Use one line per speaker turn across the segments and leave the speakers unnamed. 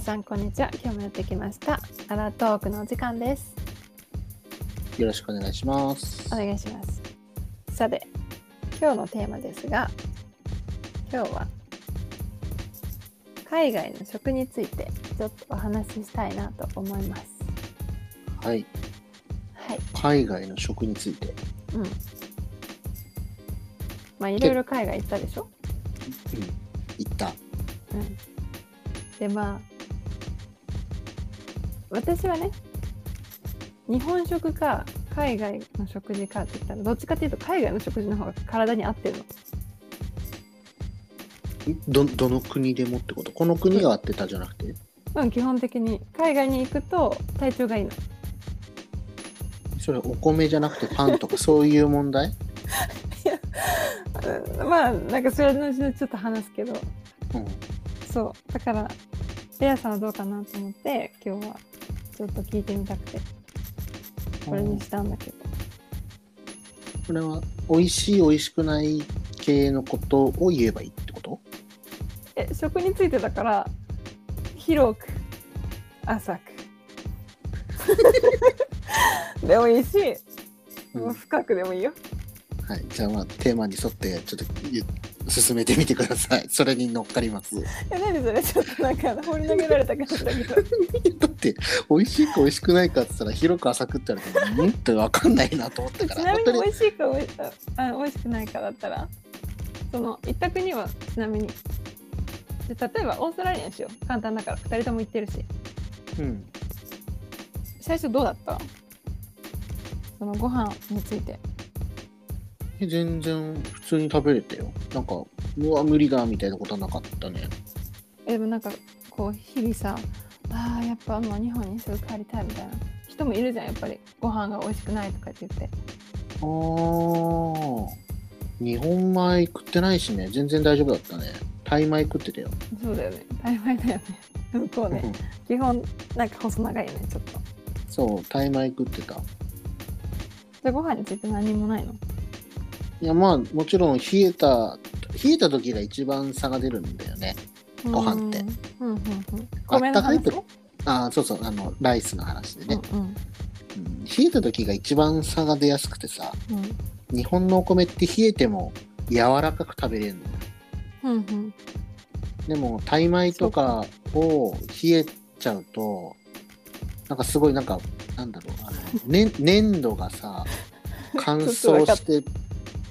さんこんにちは今日もやってきましたアラトークのお時間です
よろしくお願いします。
お願いしますさて今日のテーマですが今日は海外の食についてちょっとお話ししたいなと思います
はい。
はい
海外の食について。
うんまあいろいろ海外行ったでしょ
うん。行った。
うんでまあ私はね日本食か海外の食事かって言ったらどっちかっていうと海外の食事の方が体に合ってるの
ど、どの国でもってことこの国が合ってたじゃなくて
うん基本的に海外に行くと体調がいいの
それお米じゃなくてパンとかそういう問題
うんまあなんかそれのうちでちょっと話すけど
うん。
そうだからレアさんはどうかなと思って今日はちょっと聞いてみたくてこれにしたんだけど
これは、美味しい、美味しくない系のことを言えばいいってこと
え食についてだから広く浅くでもいいし、もう深くでもいいよ
はい。じゃあ、まあ、テーマに沿って、ちょっとゆ、進めてみてください。 それに乗っかります。
え何それちょっとなんか放り投げられた感じだけど
だって、美味しいか美味しくないかって言ったら、広く浅くって言われても、うんってわかんないなと思ったか
ち
ら。
なみ
と
に美味しいかおいあ美味しくないかだったらその一択にはちなみにで例えばオーストラリアにしよう簡単だから2人とも行ってるし
りうん。
最初どうだったそのご飯について
え全然普通に食べれたよなんかうわ無理だみたいなことはなかったね
えでもなんかこう日々さあーやっぱもう日本にすぐ帰りたいみたいな人もいるじゃんやっぱりご飯が美味しくないとかって言って
あー日本米食ってないしね全然大丈夫だったねタイ米食ってたよ、
そうだよね大前だよね 向こうね 基本なんか細長いよねちょっと
そうタイ米食って
じ
た
ゃあご飯について何もないの
いやまあもちろん冷えた冷えた時が一番差が出るんだよねご飯って
うんうんうん
あ
米
っ
の
たか
話
いとああそうそうあのライスの話で
う
ね
ん、うん
うん冷えた時が一番差が出やすくてさ
うん
日本のお米って冷えても柔らかく食べれるのよ
うんうん
でも、タイ米とかを冷えちゃうと、なんかすごい、なんか、なんだろう、あの、ね、 粘土 がさ、乾燥して、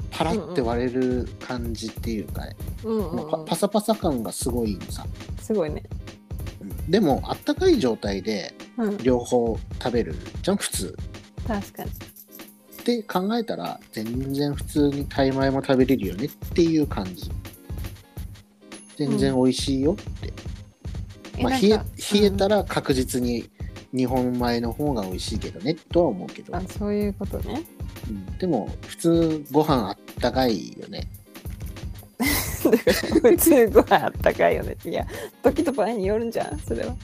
パラって割れる感じっていうか、
うんうん
も
う
うんパパサパサ感がすごいのさ。
すごいね
うんでも、あったかい状態で
うん
両方食べるじゃん、普通。
確かに
って考えたら、全然普通にタイ米も食べれるよねっていう感じ。全然美味しいよって。
え
まあ、
なん
冷え
か
冷えたら確実に日本米の方が美味しいけどねとは思うけど、
あそういうことね
うんでも普通ご飯あったかいよね
普通ご飯あったかいよねいや時と場合によるんじゃんそれは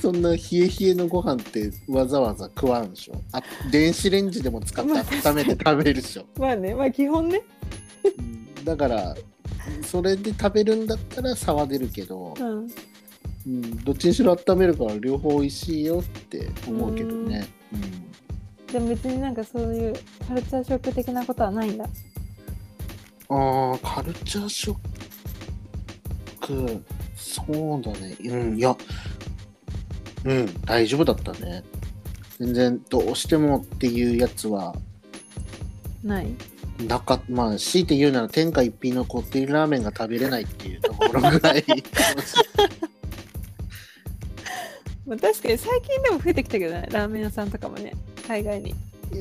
そんな冷え冷えのご飯ってわざわざ食わんでしょあ電子レンジでも使
まあ
って温めて食べるでしょ、
まあねまあ基本ね
うんだからそれで食べるんだったら差は出るけど、
うん
うん、どっちにしろ温めるから両方美味しいよって思うけどね、うん
でも別になんかそういうカルチャーショック的なことはないんだ
ああ、カルチャーショック、そうだね。うん、いや、うん、大丈夫だったね。全然、どうしてもっていうやつは、
ない
なかまあ、強いて言うなら天下一品のこってりラーメンが食べれないっていうところ ぐらい。
まあ確かに最近でも増えてきたけどねラーメン屋さんとかもね海外に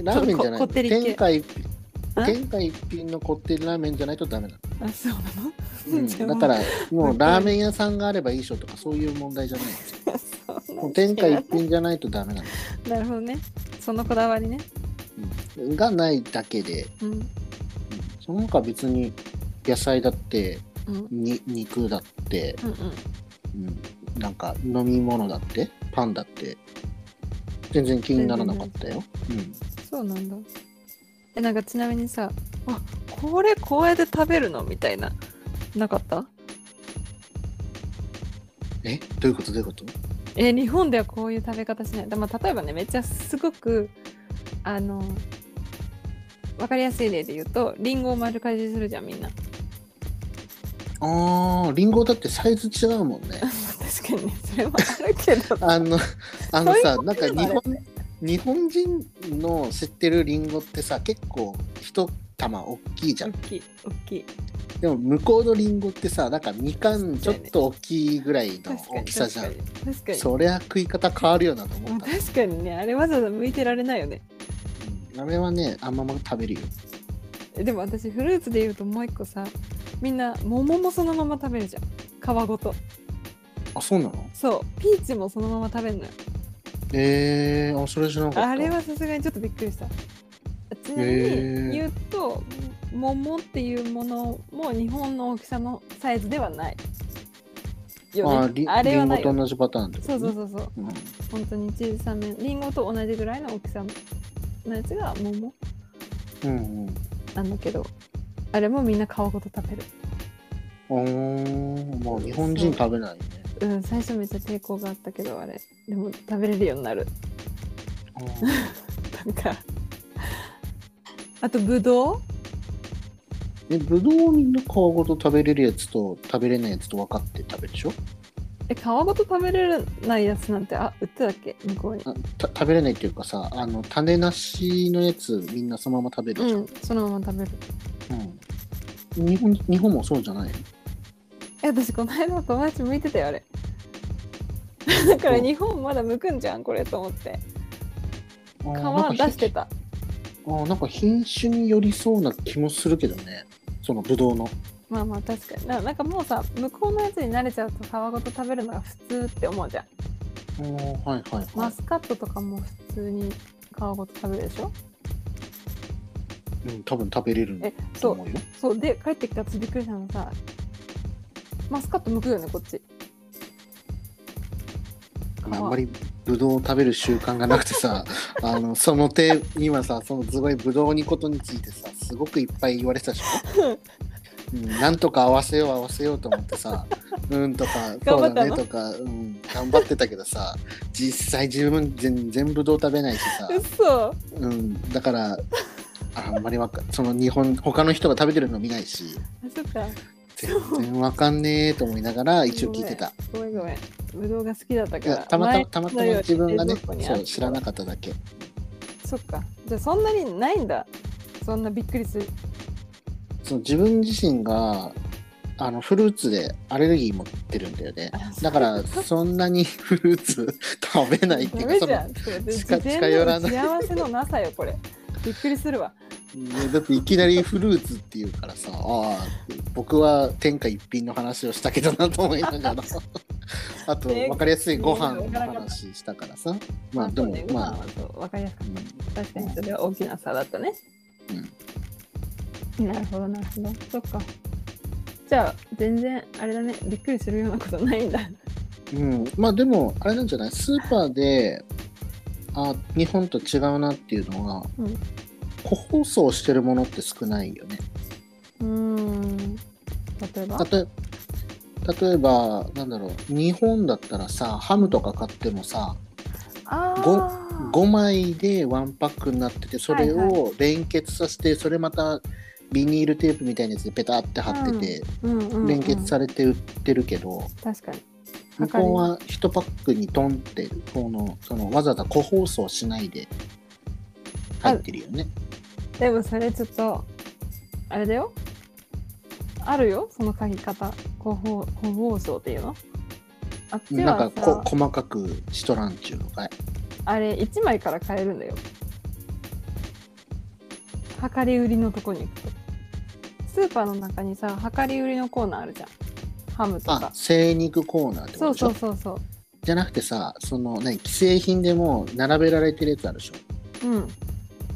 ラーメンじゃない
ここ
の
ってり系
天下一品。
あ
天下一品のこってりラーメンじゃないとダメ だ。
あそうなの
うん、
じゃあ
だから、もうラーメン屋さんがあればいいでしょとか、そういう問 題じゃないですよ。
そう
も
なん
う
だ
天下一品じゃないとダメなの。
なるほどねそのこだわりね
がないだけで、
うん
その他別に野菜だって
うん
に肉だって、
うんうん
うん、なんか飲み物だってパンだって全然気にならなかったよ、うん、
そうなんだえなんかちなみにさあこれこうやって食べるのみたいななかった
えどういうことどういうこと
えー日本ではこういう食べ方しないだ、まあ、例えばねめっちゃすごくあのわかりやすい例で言うとリンゴを丸かじりするじゃんみんな
ああリンゴだってサイズ違うもん ね
確かにねそれもあるけど
あのあのさなんか
そういうことなの
日本日本人の知ってるリンゴってさ結構一玉 大きいじゃ
大
ん
きい大きい
でも向こうのリンゴってさなんかみかんちょっと大きいぐらいの
確か
大
に
きさじゃん
確かに確かに
そりゃ食い方変わるよなと
ま
思
あ
った、
確かにねあれわざわざ剥いてられないよね
うんあれはねあんまま食べるよ
えでも私フルーツで言うともう一個さみんな桃もそのまま食べるじゃん皮ごと
あそうなの
そうピーチもそのまま食べるのよ
えー、あそれ知らなかった
あれはさすがにちょっとびっくりしたちなみ
へー
に言うと桃っていうものも日本の大きさのサイズではないよ
あ
ね
リ
あれ
リ
は
ンゴ
ない
と
よ
同じパターンってこと
そう
ね
そうそうそう
うん
本当に小さめりんごと同じぐらいの大きさのやつが桃
うん
なんだけどあれもみんな皮ごと食べる
うんおーもう日本人食べないね
うん最初めっちゃ抵抗があったけどあれでも食べれるようになる
あー
なんかあとぶどう
えぶどうをみんな皮ごと食べれるやつと食べれないやつと分かって食べるでしょ
え皮ごと食べれないやつなんてあ売ってたっけ向こうに
あた食べれないっていうかさあの種なしのやつみんなそのまま食べるじゃ、
うんんそのまま食べる
うん日本日本もそうじゃない
え私この間友達向いてたよあれ だから日本まだ剥くんじゃんこれと思って
あーなんか
皮出してた
あーなんか品種によりそうな気もするけどねそのぶどうの
まあまあ確かにななんかもうさ向こうのやつに慣れちゃうと皮ごと食べるのが普通って思うじゃん
あーはいはいは
マスカットとかも普通に皮ごと食べるでしょ
い、うん、多分食べれる
え
と
そう
思うよ
そうで帰ってきたらびっくりしたのさマスカット剥くよねこっち
まああんまりぶどうを食べる習慣がなくてさ あのその手今さそのすごいぶどうにことについてさすごくいっぱい言われてたでしょ、うん、なんとか合わせよう合わせようと思って さ「うん」とか「
頑
そ
張
う
ったの
だね」とか、うん、頑張ってたけどさ実際自分全然ぶどう食べないしさ、
嘘
うん、だからあんまりわかその日本他の人が食べてるの見ないし
あそっか
全然わかんねえと思いながら一応聞いてた。
ごめんごめんぶどうが好きだった
い
から
やたまたまたまたま自分がねそう知らな
く
かっただけ。
そっかじゃあそんなにないんだそんなびっくりする
その自分自身があのフルーツでアレルギー持ってるんだよね
あそう
だからそんなにフルーツ食べないって
ダ
いう
メ
か
じゃんちょっと待って
近
事前
近寄らな
の
い
幸せのなさよ これびっくりするわ
そのねだっていきなりフルーツっていうからさああ僕は天下一品の話をしたけどなと思いなが らあと
ね
分かりやすいご飯
ね
の話したからさまあで
そう
も
ね
まあ
ご飯はそうわかりやすか
う
っ
ん
た確かにそれは大きな差だったね
うん
なるほどなるほどそっかじゃあ全然あれだねびっくりするようなことないんだ
うん、まあでもあれなんじゃないスーパーであ日本と違うなっていうのは、
うん
個包装してるものって少ないよね
うーん例えば
例え例えばなんだろう日本だったらさハムとか買ってもさ
あ
ご
ー
5枚でワンパックになっててそれ
はい
を連結させてそれまたビニールテープみたいなやつでペタって貼ってて、
うんうんうん
連結されて売ってるけど、
確かに
向こうは1パックにトンってこのそのわざわざ個包装しないで入ってるよね。
でもそれちょっとあれだよあるよその書き方個包個包装っていうのあっち
な
は
んかこ
さ
細かくしとらんちゅうのかい。
あれ1枚から買えるんだよ量り売りのとこに行くとスーパーの中にさ量り売りのコーナーあるじゃんハムと
あ
か
精肉コーナーって
そう
ことでしょ
そうそうそ
じゃなくてさその何既製品でも並べられてるやつあるでしょ。
う うん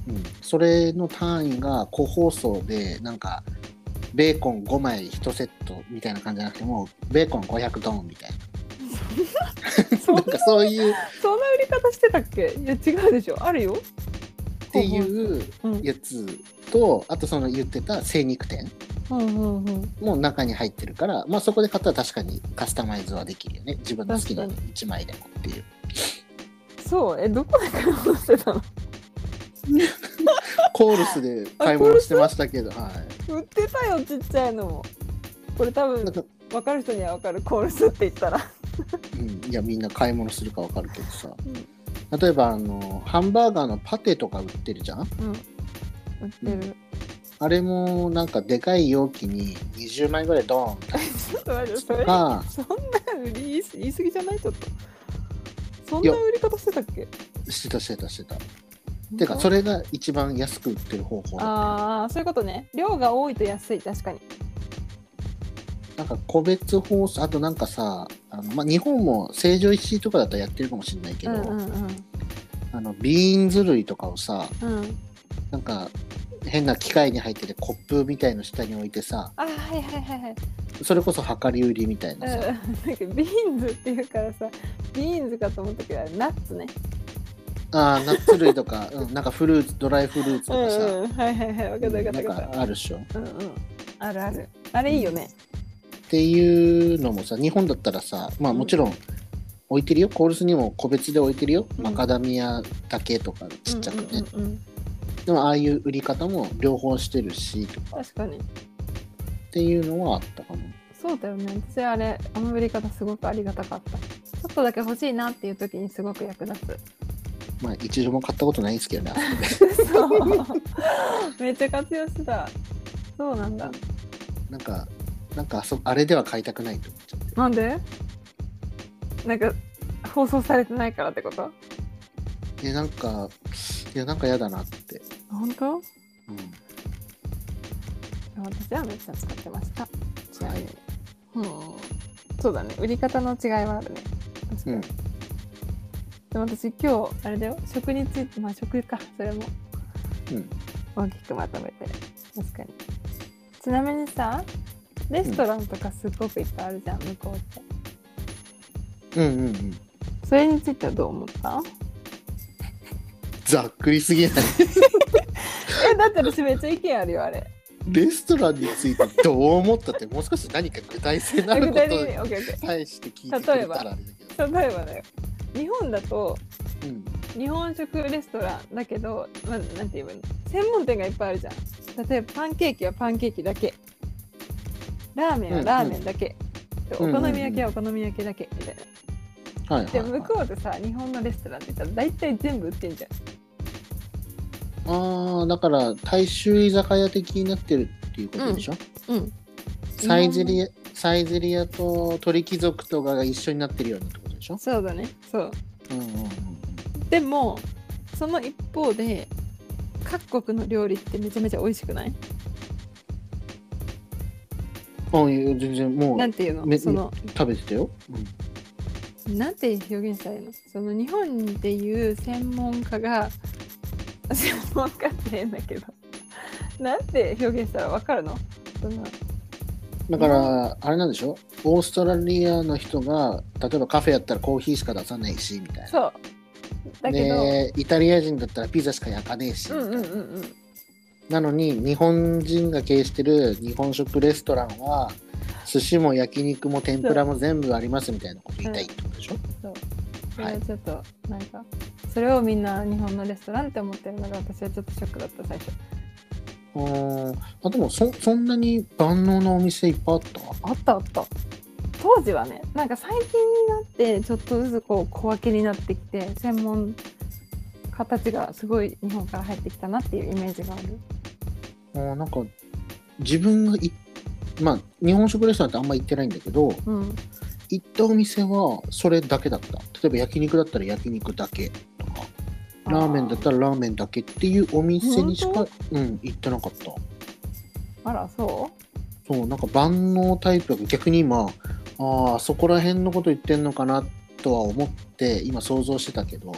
うん、それの単位が個包装でなんかベーコン5枚1セットみたいな感じじゃなくてもうベーコン500ドンみたいな。
そん
な
なん
かそういうっ
そんな売り方してたっけいや違うでしょあるよ
ていう
うん
やつとあとその言ってた精肉店。
うんうんうん
もう中に入ってるから、まあ、そこで買ったら確かにカスタマイズはできるよね自分の好きな
確
1枚でもっていう
そうえどこで買い物してたの
コールスで買い物してましたけどは
売ってたよちっちゃいのもこれ多
い
分
なんか、
分かる人には分かるコールスって言ったら
うん、いやみんな買い物するかわかるけどさ
う
例えばあのハンバーガーのパテとか売ってるじゃん
ん、売ってる、
あれもなんかでかい容器に20枚ぐらいドーンって入
ちょっと待ってそ
って
れ
るか
そんな売り言いす言い過ぎじゃないちょっとそんな売り方してたっけ
してたしてたしてたてかそ
れ
れが一番安く売ってる方法だ
ああそういうことね量が多いと安い確かに
なんか個別包装あとなんかさあの、まあ、日本も成城石井とかだったらやってるかもしれないけ
う
ど、
んうんうん
あのビーンズ類とかをさ
うん
なんか変な機械に入っててコップみたいの下に置いてさ
あーはいはいはいはい
それこそ量り売りみたい
うん
なさ、
なんかビーンズっていうからさビーンズかと思ったけどあれナッツね
あーナッツ類とか、うん、なんかフルーツドライフルーツと
うん
かさ、
うんはいはいはい分かった分かった
なん
分かっ
かあるでしょった
うんうんあるあるあれいいよね
ていうのもさ日本だったらさまあもちろん置いてるよコールスにも個別で置いてるよ、
うん
マカダミアだけとかちっちゃくね、
うんうんうんうん
でもああいう売り方も両方してるしとかっ
確かに
ていうのはあったかも
そうだよね私あれあの売り方すごくありがたかったちょっとだけ欲しいなっていう時にすごく役立 つ
まあ一度も買ったことないんですけどねあそこで
そうめっちゃ活用してたそうなんだ
なんかなんかあそあれでは買いたくないと思っちゃって
なんでなんか放送されてないからってこと
えなんかいやなんか嫌だなって、
本当
うん、
私はめっちゃ使ってましたちな
は
み
い
に、うんそうだね売り方の違いはあるね確かに、
うん
でも私今日あれだよ食についてまあ食かそれも
うん
大きくまとめて確かにちなみにさレストランとかすごくいっぱいあるじゃん、向こうって
うんうんうん
それについてはどう思 った
ざっくりすぎない
えだって私めっちゃ意見あるよあれ
レストランについてどう思ったってもう少し何か具体性のあ
具
るこ
体
と
的
に
に OKOK
対して聞いてくれたらあれだけ
例えばだよ日本だと
ど、うん、
日本食レストランだけど、まあ、なんて言えばいいの専門店がいっぱいあるじゃん例えばパンケーキはパンケーキだけラーメンはラーメンだけ、で
うんうん
お好み焼きはお好み焼きだけみたいな
はいはい、
で
はい
向こうでさ日本のレストランってさ大体全部売ってんじゃん
ああだから大衆居酒屋的になってるっていうことでしょ、
うん
サイゼリアサイゼリアと鳥貴族とかが一緒になってるようなってことでしょ、
そうだねそう
うんうんうんうん、
でもその一方で各国の料理ってめちゃめちゃ美味しくない
あいや全然も
なん
う
ていうの
め
その
食べてたよ、うん
なんて表現したらいいのその日本でいう専門家が 専門家って言うんだけどなんて表現したらわかるのその
だからあれなんでしょオーストラリアの人が例えばカフェやったらコーヒーしか出さないしみたいな
そうだけど、
でイタリア人だったらピザしか焼かねえし、
うんうんうんうん
なのに日本人が経営してる日本食レストランは寿司も焼肉も天ぷらも全部ありますみたいなこと言いたいってことでしょ、
そうそ
は
れ
い
はちょっとなんか、それをみんな日本のレストランって思ってるのが私はちょっとショックだった最初
うーんあでもそそんなに万能なお店いっぱいあった
あったあった当時はねなんか最近になってちょっとずつこう小分けになってきて専門家たちがすごい日本から入ってきたなっていうイメージがある
あーなんか自分がいまあ日本食レストランってあんま行ってないんだけど
うん
行ったお店はそれだけだった例えば焼肉だったら焼肉だけとかラーメンだったらラーメンだけっていうお店にしか
本、
うん、行ってなかった
あらそ
そうなんか万能タイプが逆に今ああそこら辺のこと言ってんのかなとは思って今想像してたけど
う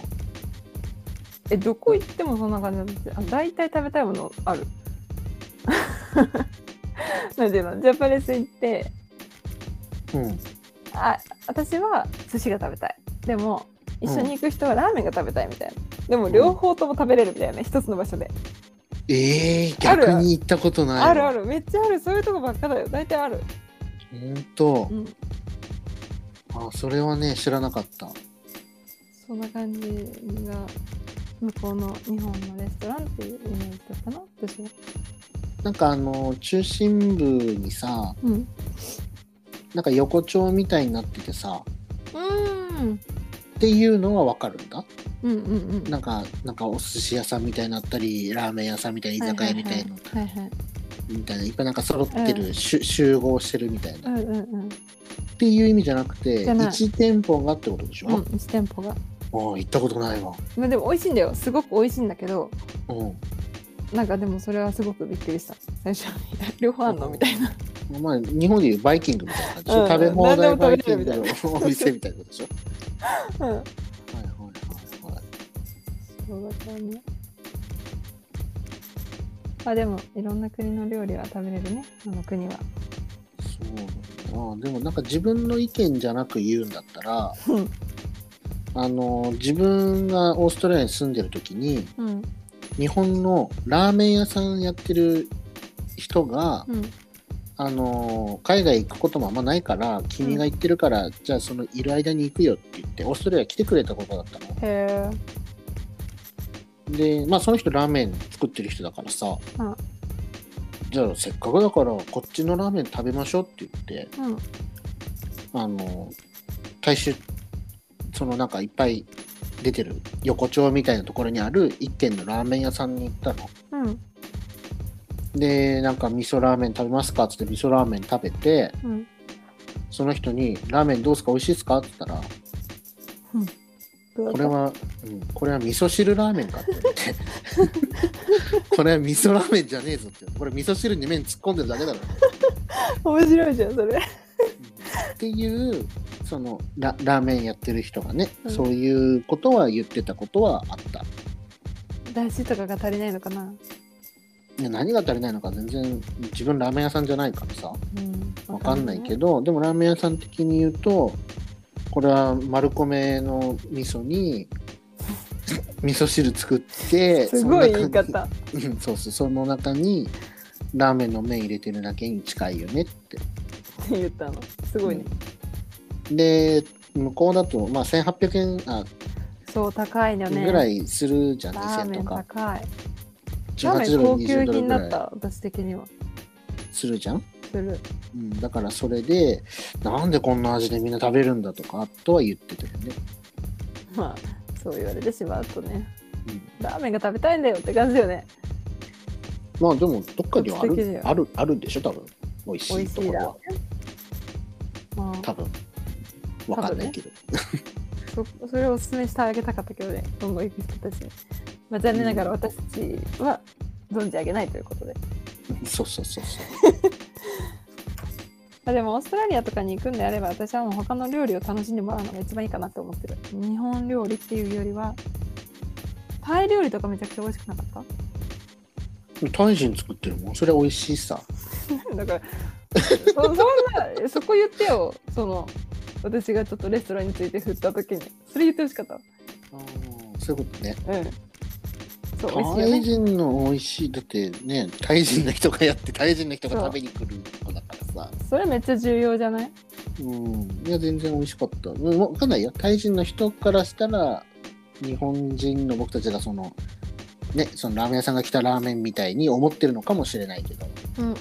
えどこ行ってもそんな感じなんですあ大体食べたいものある なんていうのジャパレス行って
うん
あ私は寿司が食べたいでも一緒に行く人はラーメンが食べたいみたいな、でも両方とも食べれるみたいな一つの場所で
ええ
ある
逆に行ったことないわ
あるあるめっちゃあるそういうとこばっかだよ大体ある、
ほんと
う、ん、
あそれはね知らなかった
そんな感じが向こうの日本のレストランっていうイメージだったな私は
なんかあの中心部にさ
うんう
なんか横丁みたいになっててさ
ーん
っていうのはわかるんだ
うんうんうん
なんかなんかお寿司屋さんみたいになったりラーメン屋さんみたいな居酒屋みたいな、
はいはい
みたいないっぱいなんか揃ってる、しゅ集合してるみたいな、
う
っ
んうんうん
ていう意味じゃなくて
じゃない
1店舗がってことでしょ、
うん1店舗が
ああ行ったことないわ
まあでも美味しいんだよすごく美味しいんだけど
う
なんかでもそれはすごくびっくりした最初 両方あんのみたいなん
まあ日本でいうバイキングみたいな感じでしょ、
うん
食べ放題
何でも
バイ
食
キ
べれる
ン
みた
グ
いな
のお店みたいなことでしょ
うん
はいはいはいはい
そうだからねあでもいろんな国の料理は食べれるねあの国は
そうなんだあでもなんか自分の意見じゃなく言うんだったら
うん
あの自分がオーストラリアに住んでる時に
うん
日本のラーメン屋さんやってる人が、
うん
あの海外行くこともあんまないから君が行ってるから、じゃあそのいる間に行くよって言ってオーストラリア来てくれたことだったの。
へえ
でまあその人ラーメン作ってる人だからさ、
うん
じゃあせっかくだからこっちのラーメン食べましょうって言って
うん
あの大衆そのなんかいっぱい出てる横丁みたいなところにある一軒のラーメン屋さんに行ったの。
うん
でなんか味噌ラーメン食べますかっつって味噌ラーメン食べて
うん
その人に「ラーメンどうすか美味しいですか?」って言ったら「
どう
こ
だ
れ
った
は、うん、これは味噌汁ラーメンか」って言って これは味噌ラーメンじゃねえぞってこれ味噌汁に麺突っ込んでるだけだろ
面白いじゃんそれ
っていうそのララーメンやってる人がね、
うん
そういうことは言ってたことはあった
だしとかが足りないのかな
で何が足りないのか全然自分ラーメン屋さんじゃないからさ
うん
わかんないけ
ど
ど、でもラーメン屋さん的に言うとこれは丸米の味噌 に味噌汁作って
すごい言い
その中
方
にうんそうそうその中にラーメンの麺入れてるだけに近いよねって
って言ったのすごいね、
うんで向こうだと、まあ、1800円あ
そう高いよね
ぐらいするじゃん、
ラ
2000
ー
円
メ
と
ン
か
高いラーメ
18
ン
ド
高
ル
級
20ドル
品
ぐ
だ
ら
っ
い
た私的には
するじゃん、
する
うん、だからそれでなんでこんな味でみんな食べるんだとかとは言ってたよね、
まあそう言われてしまうとね
うん、
ラーメンが食べたいんだよって感じだよね
まあでもどっかにはあ
素敵だ
る
よ
あるあるでしょ多分美味しいところは
まあ
多分わかんないけど、
そそれをおすすめしてあげたかったけどね今後行く人たちに、まあ、残念ながら私たちは存じ上げないということで、
そうそうそうそう
まあ、でもオーストラリアとかに行くんであれば私はもう他の料理を楽しんでもらうのが一番いいかなと思ってる日本料理っていうよりはタイ料理とかめちゃくちゃ美味しくなかった
タイ人作ってるもんそれ美味しいさ
だから そそんなそこ言ってよその私がちょっとレストランについて振った時にそれ言ってほしかった
そういうことね
うんそう美味しいよ
タイ
ね
人の美味しいだってねタイ人の人がやってタイ人の人が食べに来る子だからさ
それめっちゃ重要じゃない
うんいや全然美味しかったうんわかんないよタイ人の人からしたら日本人の僕たちがそのねそのラーメン屋さんが来たラーメンみたいに思ってるのかもしれないけど
うんうんうん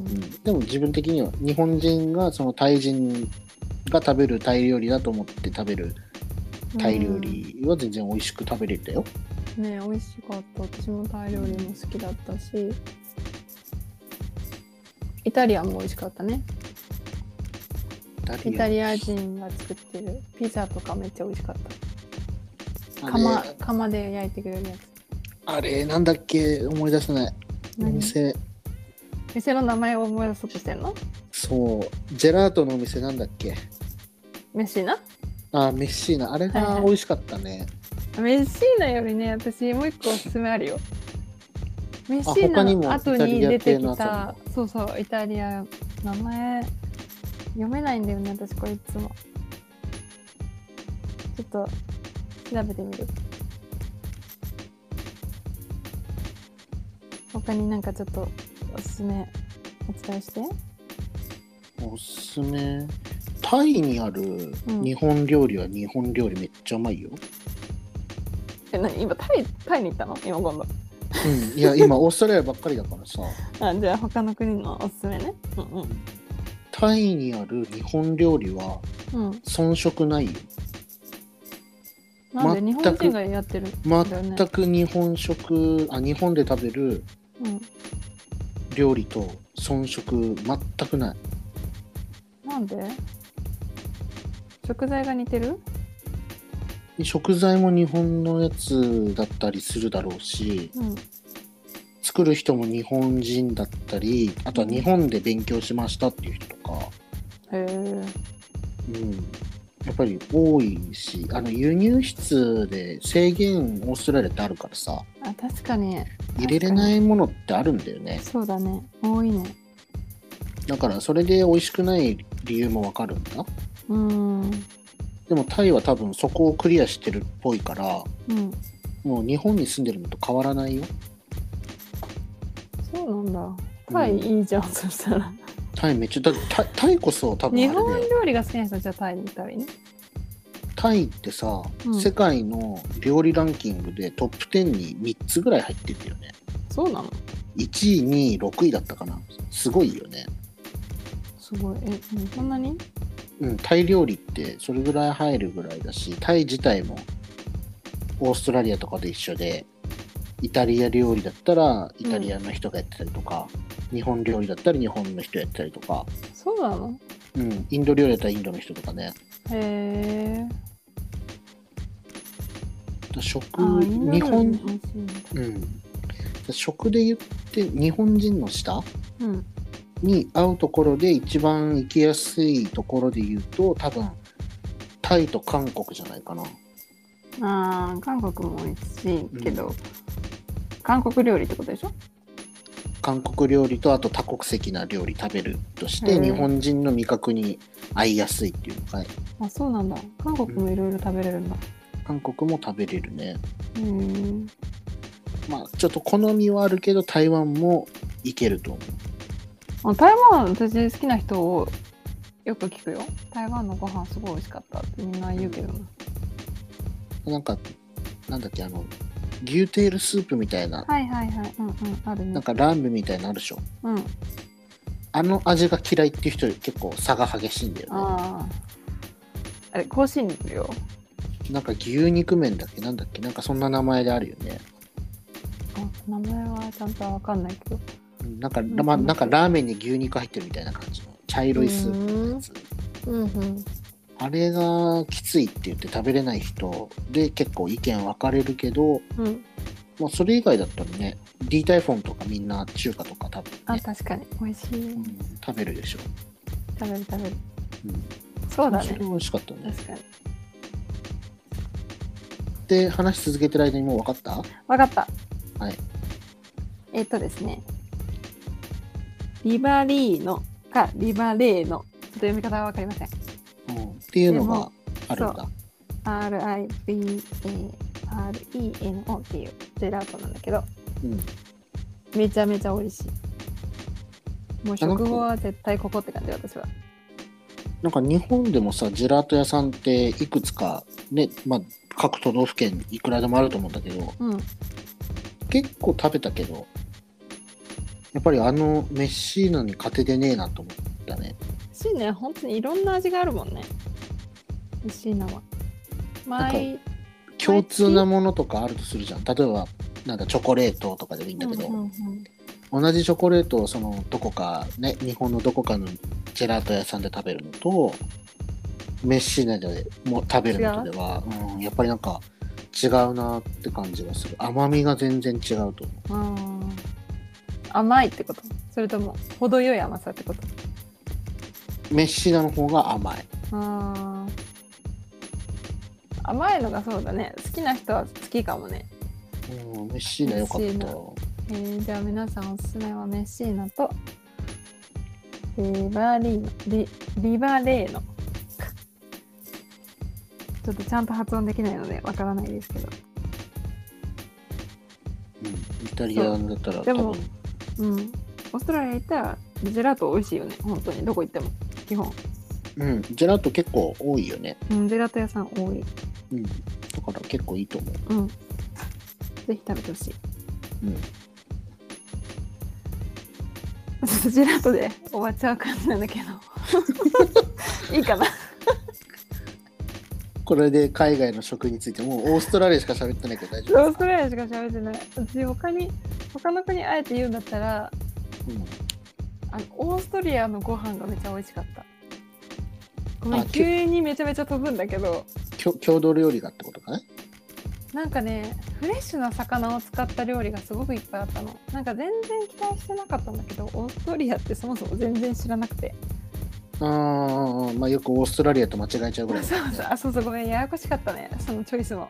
うんでも自分的には日本人がそのタイ人が食べるタイ料理だと思って食べるタイ料理は全然美味しく食べれたよ。
ね美味しかった私もタイ料理も好きだったしイタリアンも美味しかったねイタリア人が作ってるピザとかめっちゃ美味しかった
あ
釜
れ
釜で焼いてくれるや
あれなんだっけ思い出せない。
つ
お
何
店
店の名前を思い出そうとしてんの
そうジェラートのお店なんだっけ
メシーナ
あメッシーナあれ
はいは
が
い
美味しかったね。
メシーナよりね私もう一個おすすめあるよメシ
あ
ー
他
ナ
にも
の後
イタ
に
リア
出て
系
き
の後
た
も
そうそうイタリア名前読めないんだよね私これいつもちょっと調べてみる他になんかちょっとおすすめお伝えして
おすすめタイにある
うん
日本料理は日本料理めっちゃうまいよ、
え何今タイタイに行ったの今今度
うん、いや今オーストラリアばっかりだからさ
あじゃあ他の国のおすすめねうん
タイにある日本料理は
うんうん
遜色ないよ
なんで日
全
本
く
人がやってるんだよね
全く日本食あ日本で食べる
うん、
料理と遜色全くない
なんで食材が似てる
食材も日本のやつだったりするだろうし
うん
作る人も日本人だったりあとは日本で勉強しましたっていう人とか、
へえ
うん、やっぱり多いしあの輸入室で制限オーストラリアってあるからさ
あ確かに
入れれないものってあるんだよね
そうだね多いね
だからそれで美味しくない理由もわかるんだ
うんうん
でもタイは多分そこをクリアしてるっぽいからもう日本に住んでるのと変わらないよ
そうなんだタイいいじゃん、そしたら
タイめっちゃだってタイタイこそ多 分
日
あれ
本
で
料理が好きな人はじゃあタイに行ったらいいね
タイってさ、
うん
世界の料理ランキングでトップ10に3つぐらい入ってるよね
そうなの
1位2位6位だったかなすごいよね
すごいえそんなに
うん、タイ料理ってそれぐらい入るぐらいだしタイ自体もオーストラリアとかと一緒でイタリア料理だったらイタリアの人がやってたりとか、日本料理だったら日本の人やってたりとか、
そうなの
うん、インド料理だったらインドの人とかね
へえ
食
あインド
日
料理
本
も、美味しいんだ
うん、食で言って日本人の舌
うん
に合うところで一番行きやすいところで言うと多分タイと韓国じゃないかな。
あー韓国も美味しいけど、韓国料理ってことでしょ
韓国料理とあと多国籍な料理食べるとして、
うん
日本人の味覚に合いやすいっていうのかい
あそうなんだ韓国もいろいろ食べれるんだ
韓国も食べれるね
へー
まあちょっと好みはあるけど台湾もいけると思
あ台湾私好きな人をよく聞くよ台湾のご飯すごい美味しかったってみんな言うけどな、
うなんかなんだっけあの牛テールスープみたいな、
はいはいはいうんうんある
な
ね
んかラーメンみたいなのあるでしょ
うんあ
あの味が嫌いっていう人結構差が激しいんだよね
あーあれ香辛料
なんか牛肉麺だっけなんだっけなんかそんな名前であるよね
あ名前はちゃんとわかんないけど
うんなんか、まあなんかラーメンに牛肉入ってるみたいな感じの茶色いスープのやつ
うんうん
あれがきついって言って食べれない人で結構意見分かれるけど、
うん
まあ、それ以外だったらね D タイフォンとかみんな中華とか多分、
あ
ね
確かに美味しい
うん、食べるでしょ、
食べる食べる
うん、
そうだ
そ
ね
れ美味しかったね
確かに
で話し続けてる間にもう分かった
わかった
はい
えっとですねリバリーノかリバレーノちょっと読み方はわかりません
うん、っていう
で
のが
も
あるんだ
RIBARENO っていうジェラートなんだけど
うん
めちゃめちゃ美味しいもう
あの
食後は絶対ここって感じ私は
なんか日本でもさジェラート屋さんっていくつかね、まあ、各都道府県いくらでもあると思うんだけど
うん
結構食べたけどやっぱりあのメッシーナに勝ててねえなと思ったね
シーナ本当にいろんな味があるもんねシーナは毎
共通なものとかあるとするじゃん例えばなんだチョコレートとかでもいいんだけど、
うんうんうん
同じチョコレートをそのどこかね日本のどこかのジェラート屋さんで食べるのとメッシーナでもう食べるのとでは、うん、やっぱりなんか違うなって感じがする甘みが全然違うと思う
うん甘いってことそれとも程よい甘さってこと
メッシーナの方が甘い
あー甘いのがそうだね好きな人は好きかもね、
うんメッシーナ良かっ
メッシ
た
ーえーじゃあ皆さんおすすめはメッシーナとリバリーノリリバレーノちょっとちゃんと発音できないのでわからないですけど
うん、イタリアンだったら
で
多
も
分
うんオーストラリア行ったらジェラート美味しいよね本当にどこ行っても基本、
うんジェラート結構多いよね
うん、ジェラート屋さん多い
うんだから結構いいと思う
うんぜひ食べてほしい
うん
ちょっとジェラートで終わっちゃう感じなんだけど いいかな
これで海外の食についてもうオーストラリアしか喋ってないけど大
オ
丈
ーストラリアしか喋ってない私他に他の国あえて言うんだったら
夫、う
あ
ん
のオーストリアのご飯がめっちゃ美味しかったごめ
あ
ん急にめちゃめちゃ飛ぶんだけど
きょ郷土料理がってことかね
なんかねフレッシュな魚を使った料理がすごくいっぱいあったのなんか全然期待してなかったんだけどオーストリアってそもそも全然知らなくて
ああまあよくオーストラリアと間違えちゃうぐらいだ
そ
よ
う
ね
そうあそうそうごめんややこしかったねそのチョイ スも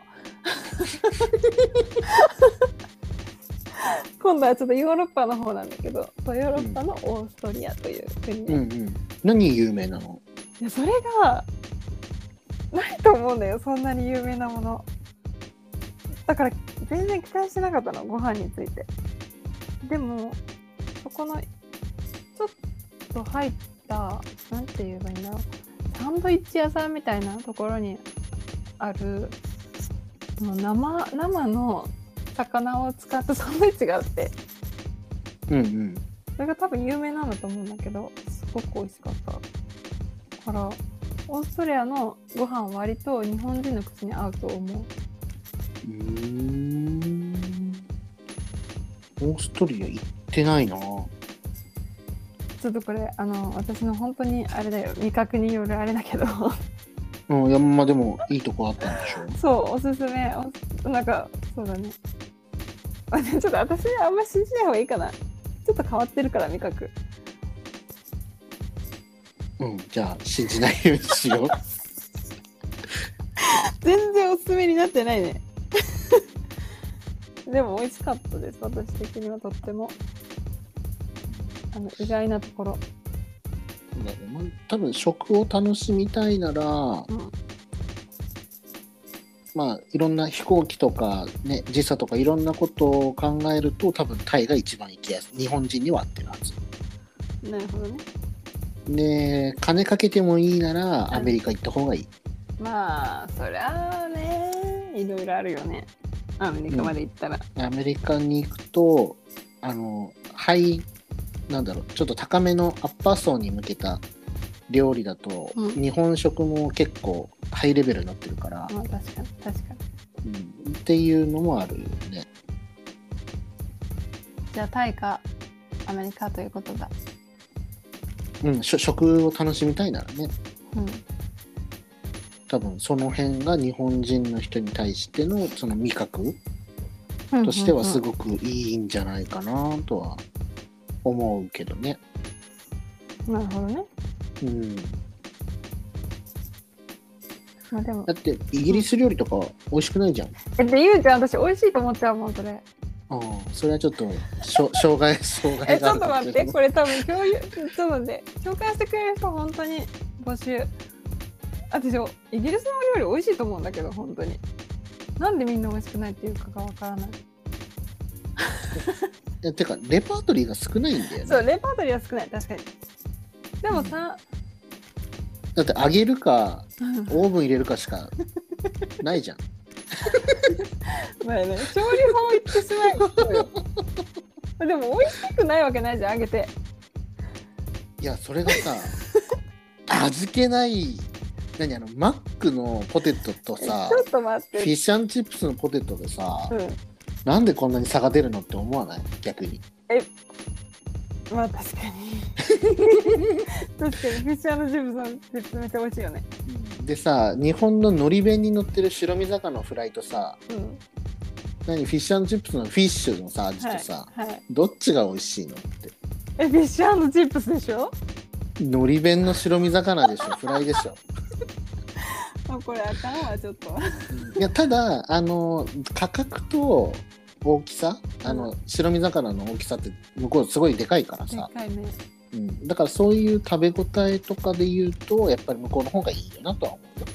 今度はちょっとヨーロッパの方なんだけどそうヨーロッパのオーストリアという国で、
う
い
んうん何有名なの
やそれがないと思うんだよそんなに有名なものだから全然期待してなかったのご飯についてでもそこのちょっと入ったなんて言えばいいんだろうサンドイッチ屋さんみたいなところにあるもう生生の魚を使ったサンドイッチがあって
うんうん
それが多分有名なんだと思うんだけどすごく美味しかっただからオーストリアのご飯は割と日本人の口に合うと思う
うーんオーストリア行ってないな
ちょっとこれあの私の本当にあれだよ味覚によるあれだけど
うんいやまあでもいいとこあったんでしょ
そうおすすめおなんかそうだねあでもちょっと私あんま信じない方がいいかなちょっと変わってるから味覚
うんじゃあ信じないようにしよう
全然おすすめになってないね でも美味しかったです私的にはとってもあの意外なところ
そうだねまあ多分食を楽しみたいなら、
ん
まあいろんな飛行機とかね時差とかいろんなことを考えると多分タイが一番行きやすい日本人には合ってるはず
なるほどね
で金かけてもいいならアメリカ行った方がいい、
まあそりゃあねいろいろあるよねアメリカまで行ったら、
アメリカに行くとあのハイなんだろうちょっと高めのアッパー層に向けた料理だと、
うん
日本食も結構ハイレベルになってるから、
まあ確かに確かに
うんっていうのもあるよね
じゃあタイかアメリカということだ
うん、しょ食を楽しみたいならね
うん
多分その辺が日本人の人に対してのその味覚
うん
としてはす
い、
ごくいいんじゃないかなとは思うけどね。
うんうんなるほどね
うん、だ
まあでも
ってイギリス料理とか美味しくないじゃん。
えでゆうちゃん私美味しいと思っちゃうもんそれ
ああそれはちょっとしょ 障害障害
えち
があ
ょ
る
っと待
かもし
って
れない
これ多分共有ちょっと待って共感してくれる人本当に募集私イギリスの料理美味しいと思うんだけど本当になんでみんな美味しくないっていうかがわからない
いやてかレパートリーが少ないんだよ
そう
ね。
レパートリーは少ない確かにでもさ、
だって揚げるか
うん、
オーブン入れるかしかないじゃん。
まあね調理法言ってしまえばでも美味しくないわけないじゃん揚げて
いやそれがさ預けない何あのマックのポテトと
ち
さ
ょっと待っ
フィッ
て、
シュチップスのポテトでさ、
うん、
なんでこんなに差が出るのって思わない逆に
まあ確かに 確かにフィッシャーのジムさん絶めっちゃ美味しいよね
でさ日本ののり弁に乗ってる白身魚のフライとさ
うん
何フィッシュチップスのフィッシュのさ味とさ、
はい、はい、
どっちが美味しいのって
えフィッシャーのチップスでしょ
のり弁の白身魚でしょフライでしょ
あこれあかんわちょっと
いやただあの価格と大きさあの、
う
白身魚の大きさって向こうすごいでかいから
で
さ、
かいね
うん、だからそういう食べ応えとかで言うとやっぱり向こうの方がいいよなとは思うよ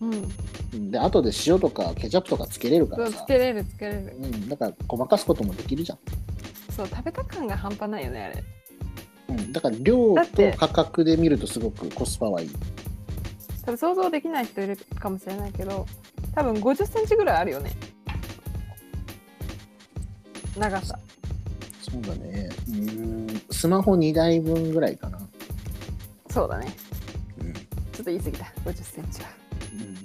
うん
うんで後で塩とかケチャップとかつけれるか
そ
ら
う
さ
つけれるつけれる
うん、だからごまかすこともできるじゃん、
そう食べた感が半端ないよねあれ
うん、だから量
だっ
と
て
価格で見るとすごくコスパはいい
多分想像できない人いるかもしれないけど多分5 0ンチぐらいあるよね長さ
そうだねうんスマホ2台分ぐらいかな、
そうだね
うんうん、
ちょっと言い過ぎた5 0ンチは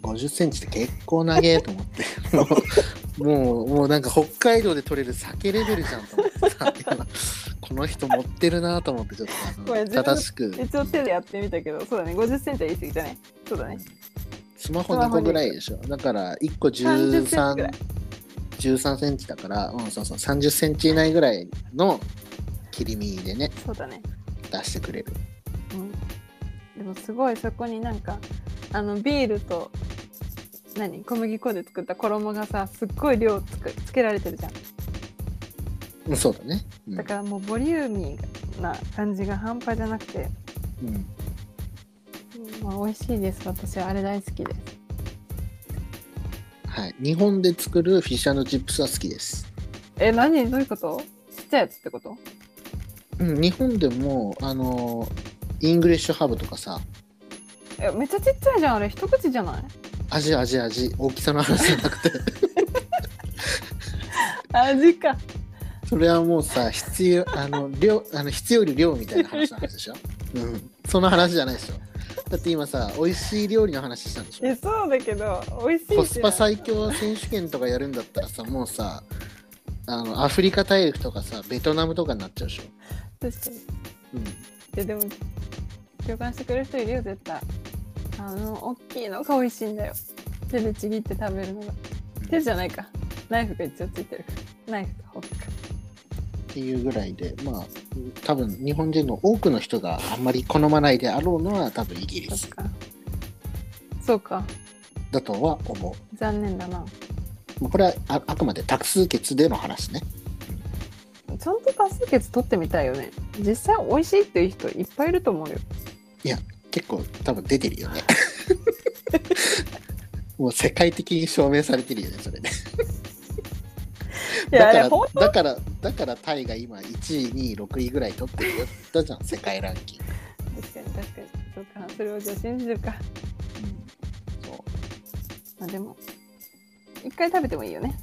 5 0ンチって結構長えと思って もうもうなんか北海道で取れる酒レベルじゃんと思ってさ今この人持ってるなと思ってちょっとあの
これ自分
正しく
一応手でやってみたけどそうだね5 0ンチは言い過ぎたねそうだね
スマホ2個ぐらいでしょ。だから1個
30センチぐら
13
い、
13センチだから、うん、そうそう、30センチ以内ぐらいの切り身でね、
そうだね
出してくれる。
うんでもすごいそこになんかあのビールと何小麦粉で作った衣がさすっごい量つくつけられてるじゃん
うん、そうだね。うん
だからもうボリューミーな感じが半端じゃなくて、
うん
まあ、美味しいです私はあれ大好きです
はい。日本で作るフィッシュチップスは好きです。
え何どういうことちっちゃいやつってこと
うん、日本でも、あのーイングリッシュハブとかさ、
えめっちゃちっちゃいじゃんあれ一口じゃない
味、味、味、大きさの話じゃなくて、
味か
それはもうさ、必要、あの、量、あの、必要より量みたいな話の話でしょ。うん。その話じゃないでしょ。だって今さ、美味しい料理の話したんでしょ
え。そうだけど美味しい
コスパ
最
最強選手権とかやるんだったらさもうさあのアフリカ大陸とかさベトナムとかになっちゃうでしょ、
確かに
うん、
えでも共感してくれる人いるよ絶対あの大きいのが美味しいんだよ手でちぎって食べるのが手じゃないかナイフが一応ついてるからナイフとフォークか
っていうぐらいでまあ多分日本人の多くの人があんまり好まないであろうのは多分イギリ
そ
ス
っかそうか
だとは思
残念だな
うまあこれはああくまで多数決での話ね
ちゃんと多数決取ってみたいよね実際美味しいっていう人いっぱいいると思うよ
結構多分出てる よねもう世界的に証明されてるよねそれね
いや
だ
あ
か
れ
ら
ほん
だからだからタイが今1位2位6位ぐらい取ってるよって言ったじゃん世界ランキング
確かに確かにそうかそれをじゃあ信じるか
そ
まあでも一回食べてもいいよね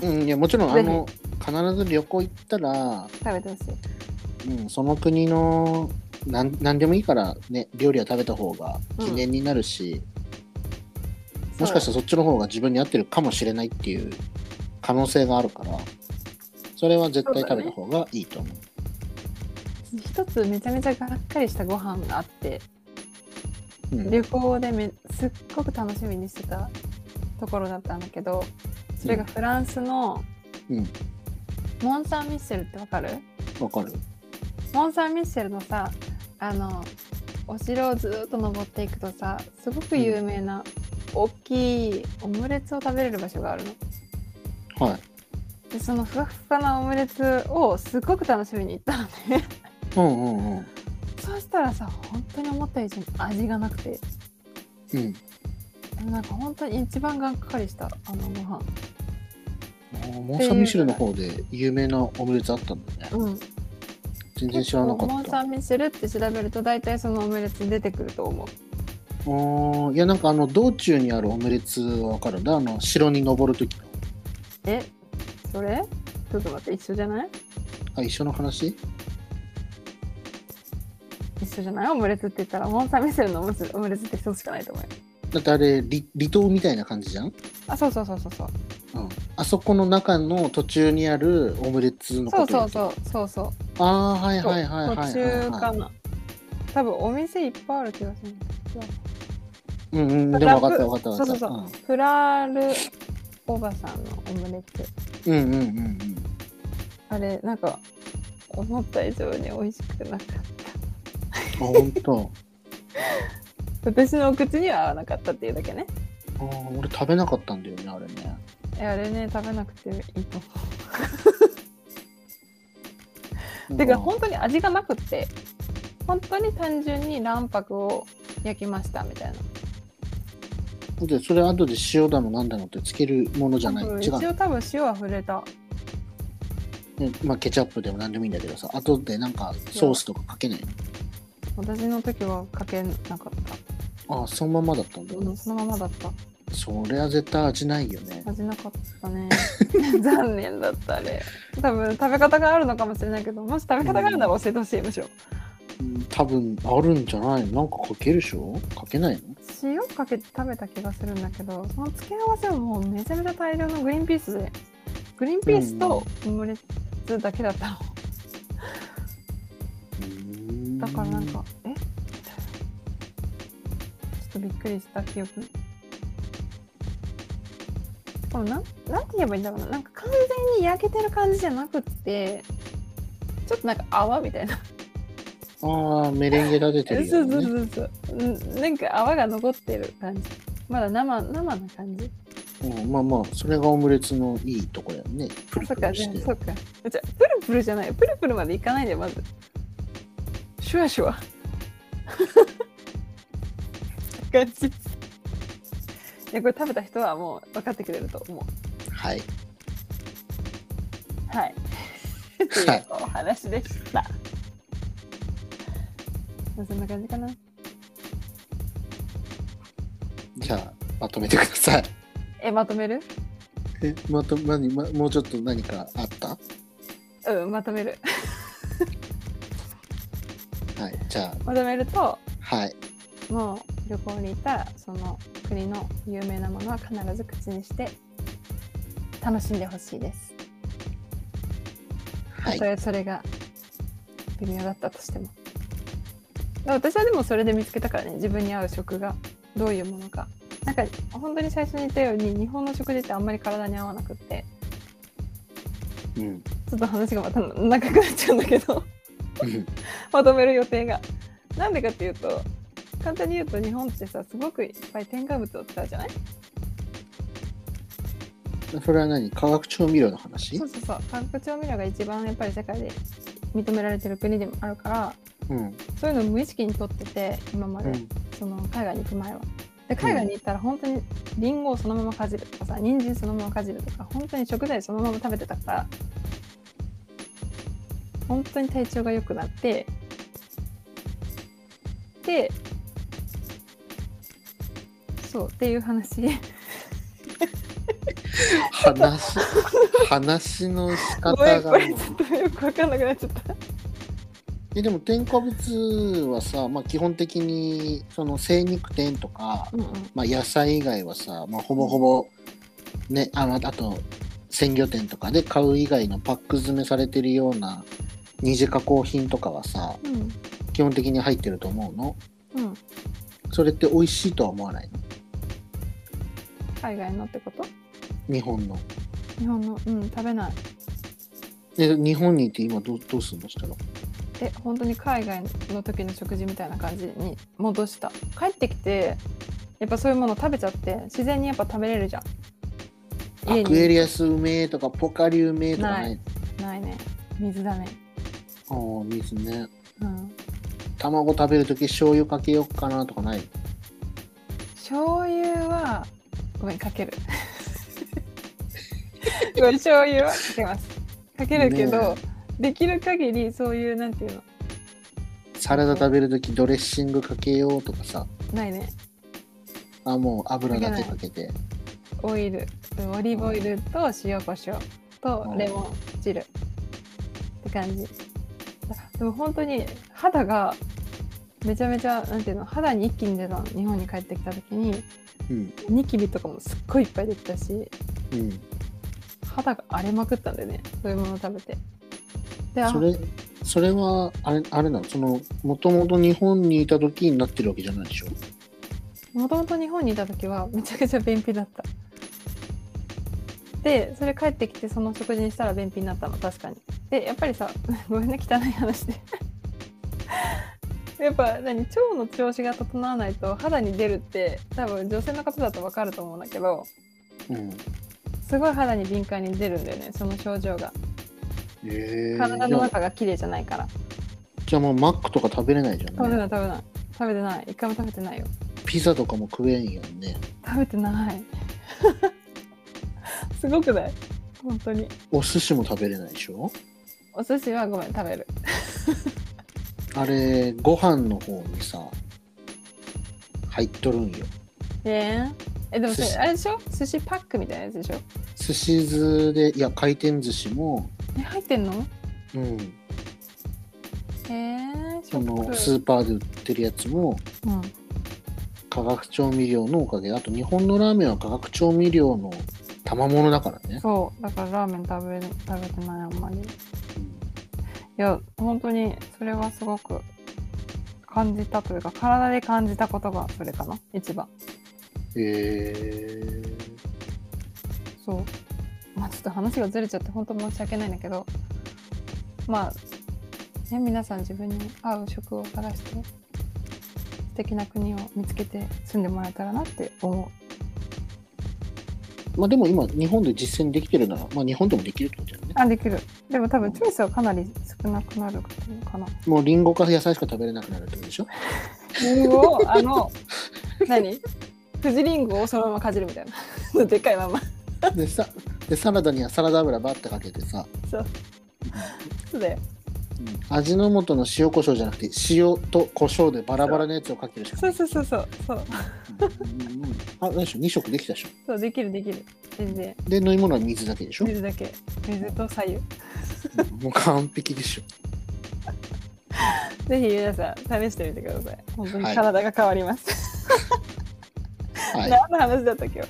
ううん、いやもちろんあ
ぜひ
の必ず旅行行ったら、
食べてほしい
うん、その国のなん何でもいいからね料理は食べた方が記念になるし、もしかしたらそっちの方が自分に合ってるかもしれないっていう可能性があるからそれは絶対食べた方がいいと思う
一つめちゃめちゃがっかりしたご飯があって
う,、
旅行でめすっごく楽しみにしてたところだったんだけどそれがフランスの
ん、うん、
モン・サン・ミッシェルってわかる
わかる
モン・サン・ミッシェルのさあのお城をずーっと登っていくとさすごく有名な大きいオムレツを食べれる場所があるの。
は
でそのふわふわなオムレツをすっごく楽しみに行ったのね
いうんうんうん
そうしたらさ本当に思った以上に味がなくて
うん
なんか本当に一番がっかりしたあのご飯
もうモンサンミシェルの方で有名なオムレツあったんだよね
うん
全然知
結
らな
構
か
モ
っ
ン・
た
サン・ミシェルって調べると大体そのオムレツ出てくると思う
おいやなんかあの道中にあるオムレツはわかるんだあの城に登る時の
えそれちょっと待って一緒じゃない
あ一緒の話
一緒じゃないオムレツって言ったらモン・サン・ミシェルのオムレツオムレツって一つしかないと思うよ
だってあれ離離島みたいな感じじゃん、
あそうそうそうそうそう
うん、あそこの中の途中にあるオムレツの
そ
こ
う
と言
そうう
と
そうそうそう
ああーはい
そう
はいはいはい
途
はい
中か
は
な多分お店いっぱいある気がする
いうんうんでも分かった分かった分かった
そうそうそうフラールおばさんのオムレツ
うんうんうんうん
あれなんか思った以上に美味しくなかった
うんあ本当
私のお口には合わなかったっていうだけね
あー俺食べなかったんだよねあれね
えあれね食べなくていいと思
う
うんてか本当に味がなくって本当に単純に卵白を焼きましたみたいな
だってそれ後で塩だのなんだのってつけるものじゃない、
うん
違
一
う、
応多分塩は触れた
ねまあ、ケチャップでも何でもいいんだけどさ後でなんかソースとかかけないの
私の時はかけなかった
ああそのままだったんだ、
うんそのままだった
そりゃ絶対味ないよね
味なかったね 残念だったあれ多分食べ方があるのかもしれないけどもし食べ方があるなら教えてほしいむしろ
うん多分あるんじゃないのなんかかけるでしょかけないの
塩かけて食べた気がするんだけどその付け合わせはもうめちゃめちゃ大量のグリーンピースでグリーンピースとオムレツだけだったの、だからなんかえみたいなちょっとびっくりした記憶でもなんなんて言えばいいんだろうななんか完全に焼けてる感じじゃなくってちょっとなんか泡みたいな
ああメレンゲが出て
そう
る
そ
よ
う
ね
そうそううんなんか泡が残ってる感じまだ生生な感じ
うん、まあまあそれがオムレツのいいとこだよねプル
そ
プ
っか
ルし
全
て
部そっかじゃプルプルじゃないプルプルまでいかないでまずシュワシュワ感じいやこれ食べた人はもう分かってくれると思う
はい
はいってい
は
う
い
お話でしたそんな感じかな
じゃあまとめてください
えまとめる
えまと何、ま、もうちょっと何かあった
うんまとめる
はいじゃ
まとめると
あはい
もう旅行に行ったらその国の有名なものは必ず口にして楽しんでほしいです
はい
それそれが微妙だったとしても私はでもそれで見つけたからね自分に合う食がどういうものかなんか本当に最初に言ったように日本の食事ってあんまり体に合わなくって
うん
ちょっと話がまた長くなっちゃうんだけど
うん
まとめる予定がなんでかっていうと簡単に言うと日本ってさすごくいっぱい添加物を使うじゃない
それは何化学調味料の話
そうそうそう化学調味料が一番やっぱり世界で認められてる国でもあるから
うん
そういうのを無意識に取ってて今ま
う
で、
ん
その海外に行く前は。で海外に行ったら本当にリンゴをそのままかじるとかさ人参そのままかじるとか本当に食材そのまま食べてたから本当に体調が良くなってでそうっていう話
話 話の仕
ごめ
方
んこ
が
れ
も
ち
う
ょっとよく分かんなくなっちゃった。
えでも添加物はさ、まあ、基本的にその精肉店とか、
うんうん
まあ、野菜以外はさ、まあ、ほぼほぼねあのあと鮮魚店とかで買う以外のパック詰めされてるような二次加工品とかはさ
うん
基本的に入ってると思うの
うん、
それって美味しいとは思わないの
海外のってこと
日本の
日本のうん食べない
え日本にいて今どうどうするのしたら
え本当に海外の時の食事みたいな感じに戻した帰ってきてやっぱそういうもの食べちゃって自然にやっぱ食べれるじゃん
アクエリアスうめえとかポカリうめえとかない
ないね水だね
ああ水ね
うん
卵食べるとき醤油かけようかなとかない
醤油はごめんかけ るごめん醤油はかけますかけるけど、
ね
できる限りそういうなんていうの
サラダ食べるときドレッシングかけようとかさ
ないね
あもう油だけかけて
オイルオリーブオイルと塩コショウとレモン汁って感じでも本当に肌がめちゃめちゃなんていうの肌に一気に出たの日本に帰ってきた時に
うん
ニキビとかもすっごいいっぱいできたし
うん
肌が荒れまくったんだよねそういうもの食べてであ
それそれはあれあれなのそのもともと日本にいた時になってるわけじゃないでしょ
もともと日本にいた時はめちゃくちゃ便秘だったでそれ帰ってきてその食事にしたら便秘になったの確かにでやっぱりさ ごめんね汚い話で やっぱ何腸の調子が整わないと肌に出るって多分女性の方だと分かると思うんだけど
うん
すごい肌に敏感に出るんだよねその症状が
え
体
じ
の
ゃあ
中が綺麗じゃないから
じゃあもうマックとか食べれないじゃ
食べ
ん
て
ね
ない食べてない食べてない一回も食べてないよ
ピザとかも食えんやんね
食食べてない すごくない本当に
お寿司も食べれないでしょ
お寿司はごめん食べる
あれご飯の方にさ入っとるんよ
えー、えでもそれ
寿司
あれでしょ寿司パックみたいなやつでしょ
寿司酢でいや回転寿司も
え入ってんの
うん
えー、シ
そ
ョッ
の
ク
スーパーで売ってるやつも
うん
化学調味料のおかげあと日本のラーメンは化学調味料の賜物だからね、
そうだからラーメン食べ食べてないあんまりい
うん
や本当にそれはすごく感じたというか体で感じたことがそれかな一番
え
そうまあちょっと話がずれちゃって本当申し訳ないんだけどまあね皆さん自分に合う食を探して素敵な国を見つけて住んでもらえたらなって思
ー、まあでも今日本で実践できてるなら、まあ、日本でもできるってことだよね
うあできるでも多分チョイスはかなり少なくなるかな
もうリンゴか野菜しか食べれなくなるってことでしょ
リンゴをあの 何富士リンゴをそのままかじるみたいな でっかいまま
でさでサラダにはサラダ油バッてかけてさ、
そうそうだよ
うん味の素の塩コショウじゃなくて塩とコショウでバラバラのやつをかけるしか
そうそうそうそうそう
うんうんあ何でしょ2色できたでしょ
そうできるできる全然
で飲み物は水だけ でしょ
水だけ水と左右
うんもう完璧でしょ
ぜひ皆さん試してみてください。本当
は
に
い
体が変わります。
はい
何の話だった今日。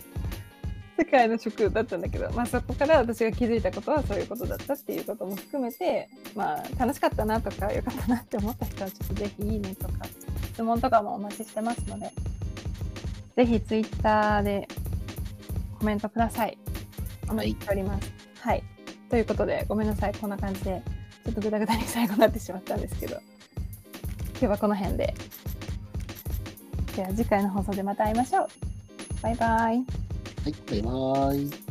世界の食だったんだけど、まあ、そこから私が気づいたことはそういうことだったっていうことも含めて、まあ、楽しかったなとか良かったなって思った人はちょっとぜひいいねとか質問とかもお待ちしてますのでぜひツイッターでコメントくださいお待ちしております、はいということでごめんなさいこんな感じでちょっとグダグダに最後になってしまったんですけど今日はこの辺ででは次回の放送でまた会いましょうバイバイ
はいバイバーイ